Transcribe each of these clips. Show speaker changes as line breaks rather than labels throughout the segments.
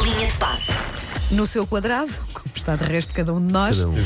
Linha de passe.
No seu quadrado, como está de resto cada um de nós.
Cada um no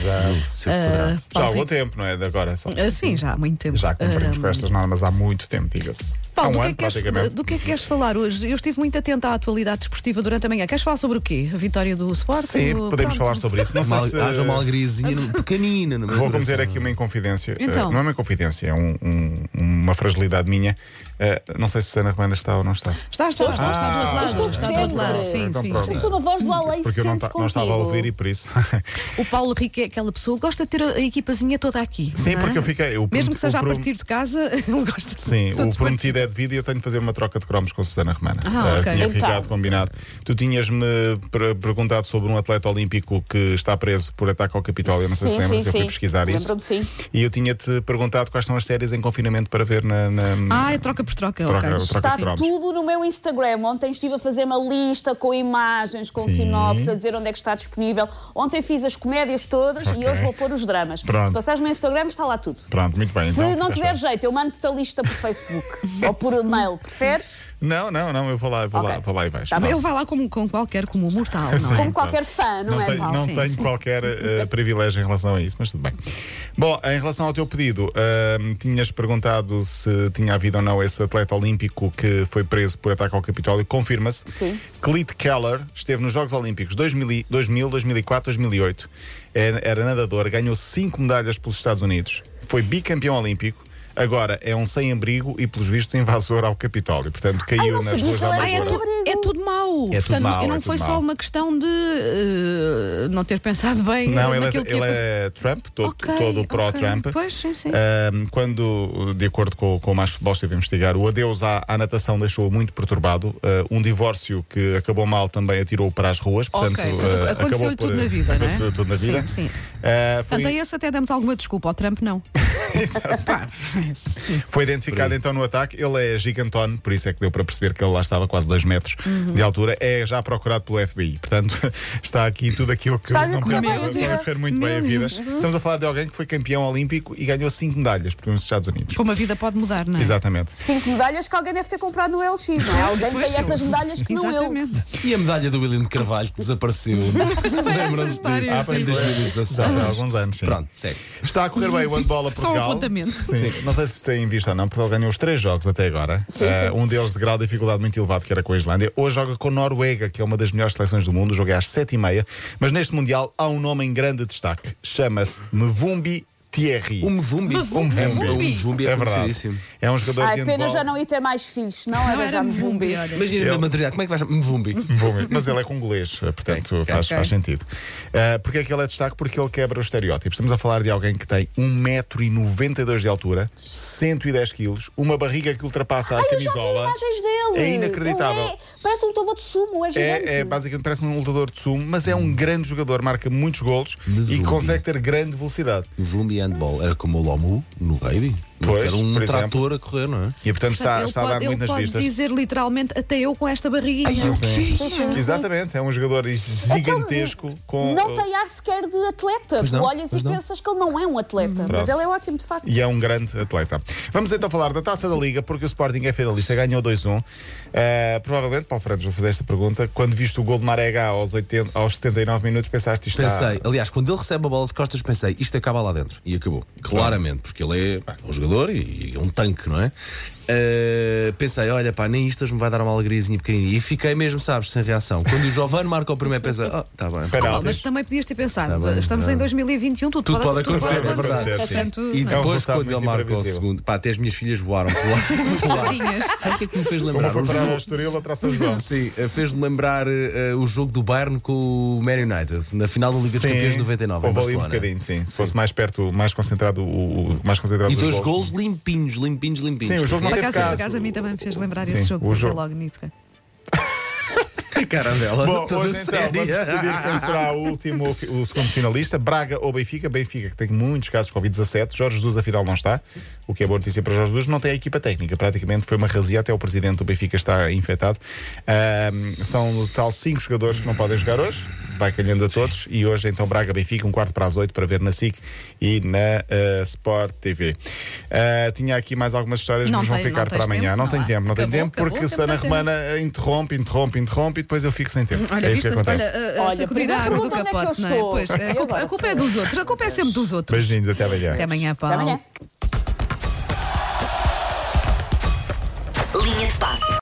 seu quadrado.
Ah,
Já há
Paulo
algum
Rico-
tempo, não é? De agora só.
Ah, Sim, já há muito tempo.
Já cumprimos
Ah,
com estas normas há muito tempo, diga-se. Há
Paulo, do
um
que, é
ano,
que queres,
praticamente.
do que é que queres falar hoje? Eu estive muito atenta à atualidade desportiva durante a manhã. Queres falar sobre o quê? A vitória do Sporting?
Sim,
O-
podemos
pronto.
falar sobre isso. Não sei
Uma-
se.
Haja uma alegriazinha no- pequenina é? no meu
Vou
coração.
cometer aqui uma inconfidência.
Então.
Eh, Não é uma inconfidência, é um- um- uma fragilidade minha. Eh, não sei se Susana Romana está ou não está.
Estás, estás, estás, estás do outro
Ah,
lado. Estás do outro lado. Sim,
Então
sim,
pronto.
sim.
Eu sou uma voz do além
Porque eu não,
sempre
ta- não estava a
contigo.
ouvir e por isso.
O Paulo Rico é aquela pessoa que gosta de ter a a equipazinha toda aqui.
Sim,
não é?
porque eu fiquei. o-
Mesmo que
o
seja a
pro-
partir de casa, ele gosta de
Sim,
todos
o prometido é devido e eu tenho de fazer uma troca de cromos com a Susana Romana.
Ah,
Eh,
ok.
Tinha
Então.
ficado combinado. Tu tinhas-me pre- perguntado sobre um atleta olímpico que está preso por ataque ao Capitólio. Não sei
Sim,
se lembras,
sim,
eu fui
sim.
pesquisar isso.
Lembro-me, sim.
E eu tinha-te perguntado quais são as séries em confinamento para ver na. na-
Ah, é troca por troca.
Troca-
ok.
troca
Está
de cromos.
tudo no meu Instagram. Ontem estive a fazer uma lista com imagens, com
Sim.
sinopses, a dizer onde é que está disponível. Ontem fiz as comédias todas e
Ok.
hoje vou pôr os dramas.
Pronto.
Se passares no Instagram, está lá tudo.
Pronto, muito bem.
Se
então,
não
ficaste
tiver
bem.
jeito, eu mando-te a lista por Facebook ou por e-mail. Preferes?
Não, não, não, eu vou lá, vou,
Ok.
lá, vou lá e vejo.
Tá
Pronto.
Ele vai lá como, com qualquer, como o mortal, não é?
Como qualquer fã, não,
então. Não,
é,
sei-
Paulo?
não
Sim,
tenho
sim.
qualquer eh, privilégio em relação a isso, mas tudo bem. Bom, em relação ao teu pedido, ahm, tinhas perguntado se tinha havido ou não esse atleta olímpico que foi preso por ataque ao Capitólio. Confirma-se.
Sim.
Clit Keller esteve nos Jogos Olímpicos 2000, e- 2000, 2004, 2008. Era, era nadador, ganhou cinco medalhas pelos Estados Unidos, foi bicampeão olímpico. Agora é um sem-abrigo e, pelos vistos, invasor ao Capitólio. Portanto, caiu
não
nas
sabia
ruas
que
da
ele era
Ah, é,
Amadora.
tu, é tudo mau.
tudo
Portanto,
mau,
não
é
foi
tudo
só
mau.
uma questão de eh, não ter pensado bem
Não,
eh,
ele, é,
naquilo que
ele
ia fazer.
é Trump, todo,
Ok,
todo pró-Trump. Eh,
ok. Pois, sim, sim.
Ahm, quando, de acordo com, com o Mais Futebol, estive a investigar, o adeus à, à natação deixou-o muito perturbado. Ah, um divórcio que acabou mal também atirou-o para as ruas. Portanto,
Ok, portanto,
ah,
aconteceu-lhe
acabou por-
tudo na vida, não é?
aconteceu tudo na
Sim,
vida.
sim.
Ah, foi-
Portanto, a esse até demos alguma desculpa, ao Trump não. Pá, sim.
Foi identificado então no ataque. Ele é gigantone, por isso é que deu para perceber que ele lá estava quase 2 metros de altura. É já procurado pelo FBI. Portanto, está aqui tudo aquilo que
Está a
não
correr
podemos
bem a
está a
vida.
correr muito bem a vida. Estamos a falar de alguém que foi campeão olímpico e ganhou 5 medalhas pelos Estados Unidos.
Como a vida pode mudar, não é?
Exatamente.
Cinco medalhas que alguém deve ter comprado no LX, não é? Alguém
Pois,
tem essas medalhas que não eu.
Exatamente.
E a medalha do William de Carvalho que desapareceu. é? Lembram-se disso?
história,
Ah, foi
sim.
em 2016.
Há alguns anos, sim.
Pronto, segue.
Está a correr bem o handball a
Só um
Portugal.
apontamento.
Sim. Não sei se têm visto ou não, Portugal ganhou os três jogos até agora. Eh, um deles de grau de dificuldade muito elevado, que era com a Islândia. Hoje joga com a Noruega, que é uma das melhores seleções do mundo. O jogo é às sete e meia. Mas neste Mundial há um nome em grande destaque. Chama-se Mevumbi Thierry.
O Mvumbi.
Mvumbi.
O Mvumbi é,
é verdade.
conhecidíssimo.
É um jogador
Ai,
de
pena
handball.
já não ir ter mais filhos, não
Não
era
era
já me
Mvumbi,
zumbi.
olha.
Imagina
Eu-
na material, como é que vais chamar? Mvumbi.
Vou mesmo. Mas ele é congolês, eh, portanto
Ok,
faz,
ok.
faz sentido. Uh, porque é que ele é destaque? Porque ele quebra os estereótipos. Estamos a falar de alguém que tem 1,92m de altura, 110 quilos, uma barriga que ultrapassa a
Ai, eu já vi
camisola.
imagens dele.
É inacreditável.
Ele é- parece um tobo de sumo, é gigante.
É, é, basicamente parece um lutador de sumo, mas é um grande jogador, marca muitos golos
Mas
e
o-
consegue ter grande velocidade.
Mvumbi handball. Era como o Lomu no rugby.
Pois,
Era um
por exemplo.
trator a correr, não é?
E portanto está,
Ele
está a
pode-
dar
ele
muitas
pode
vistas.
dizer literalmente até eu com esta barriguinha.
Exatamente, é um jogador gigantesco com.
Então,
eh,
Não tem ar sequer de atleta.
Pois
Tu
não,
olhas e
pois não.
pensas que ele não é um atleta. Mas
Pronto.
ele é ótimo, de facto.
E é um grande atleta. Vamos então falar da taça da Liga, porque o Sporting é finalista, ganhou 2-1. Eh, provavelmente, Paulo Fernandes, vou fazer esta pergunta. Quando viste o gol de Marega aos, 80, aos 79 minutos, pensaste isto está-
Pensei, aliás, quando ele recebe a bola de costas, pensei, isto acaba lá dentro. E acabou. Claramente, porque ele é pá, um jogador e, e um tanque, não é? Ah, pensei, olha, pá, nem isto hoje me vai dar uma alegriazinha pequenina. E fiquei mesmo, sabes, sem reação. Quando o Giovanni marca o primeiro, pensei, oh, tá bem.
Ah,
Penaltis.
Mas também podias ter pensado,
Está bem,
estamos
está
em
bem.
2021, tudo,
Tudo pode acontecer,
tudo
é
pode
verdade.
acontecer. Portanto,
E
não. é?
um
depois,
resultado
quando ele
muito
marca o
imprevisível.
segundo, pá, até as minhas filhas voaram por lá.
Tadinhas.
Sabe o que é que me fez
Uma
lembrar?
foi
O
para o
jogo-
Estoril, outra atrás João.
Sim, eh, fez-me lembrar eh, eh, o jogo do Bayern com o Man United, na final da Liga dos
Sim,
Campeões de 99. em
Houve ali um
Barcelona.
bocadinho, sim. Se fosse mais perto, mais concentrado, o, o- mais concentrado
E
os
dois
golos.
gols limpinhos, limpinhos, limpinhos.
Sim, o jogo não
Por
Nesse
acaso, por
caso,
acaso, a mim também me fez lembrar
sim,
esse jogo,
o
pensei
jogo. É
logo nisso.
Cara dela,
Bom,
toda
hoje então
séria.
vamos decidir quem será o último, o segundo finalista, Braga ou Benfica. Benfica, que tem muitos casos de Covid-17. Jorge Jesus, afinal, não está, o que é boa notícia para Jorge Jesus. Não tem a equipa técnica, praticamente foi uma razia. Até o presidente do Benfica está infectado. Ahm, são no total cinco jogadores que não podem jogar hoje. Vai calhando a todos. E hoje, então, Braga-Benfica, um quarto para as oito, para ver na SIC e na ah, Sport TV. Ah, tinha aqui mais algumas histórias,
Não
mas vão
tem- não
ficar
tens
para amanhã.
tempo,
não
não
tem
há.
tempo, não tem
Acabou,
tempo,
acabou,
porque
temos
Susana
tempo.
Romana interrompe, interrompe, interrompe. depois eu fico sem tempo.
Olha,
é isso que
viste,
acontece.
olha, a
Olha,
sacudir a
primeiro
água do
pergunta onde é que eu
capote, não é?
estou.
Pois,
Eu
a culpa,
agora
a culpa
sou
é dos outros, a culpa é sempre dos outros.
Beijinhos, até amanhã.
Até amanhã,
Até
Paulo.
amanhã.
Linha de passe.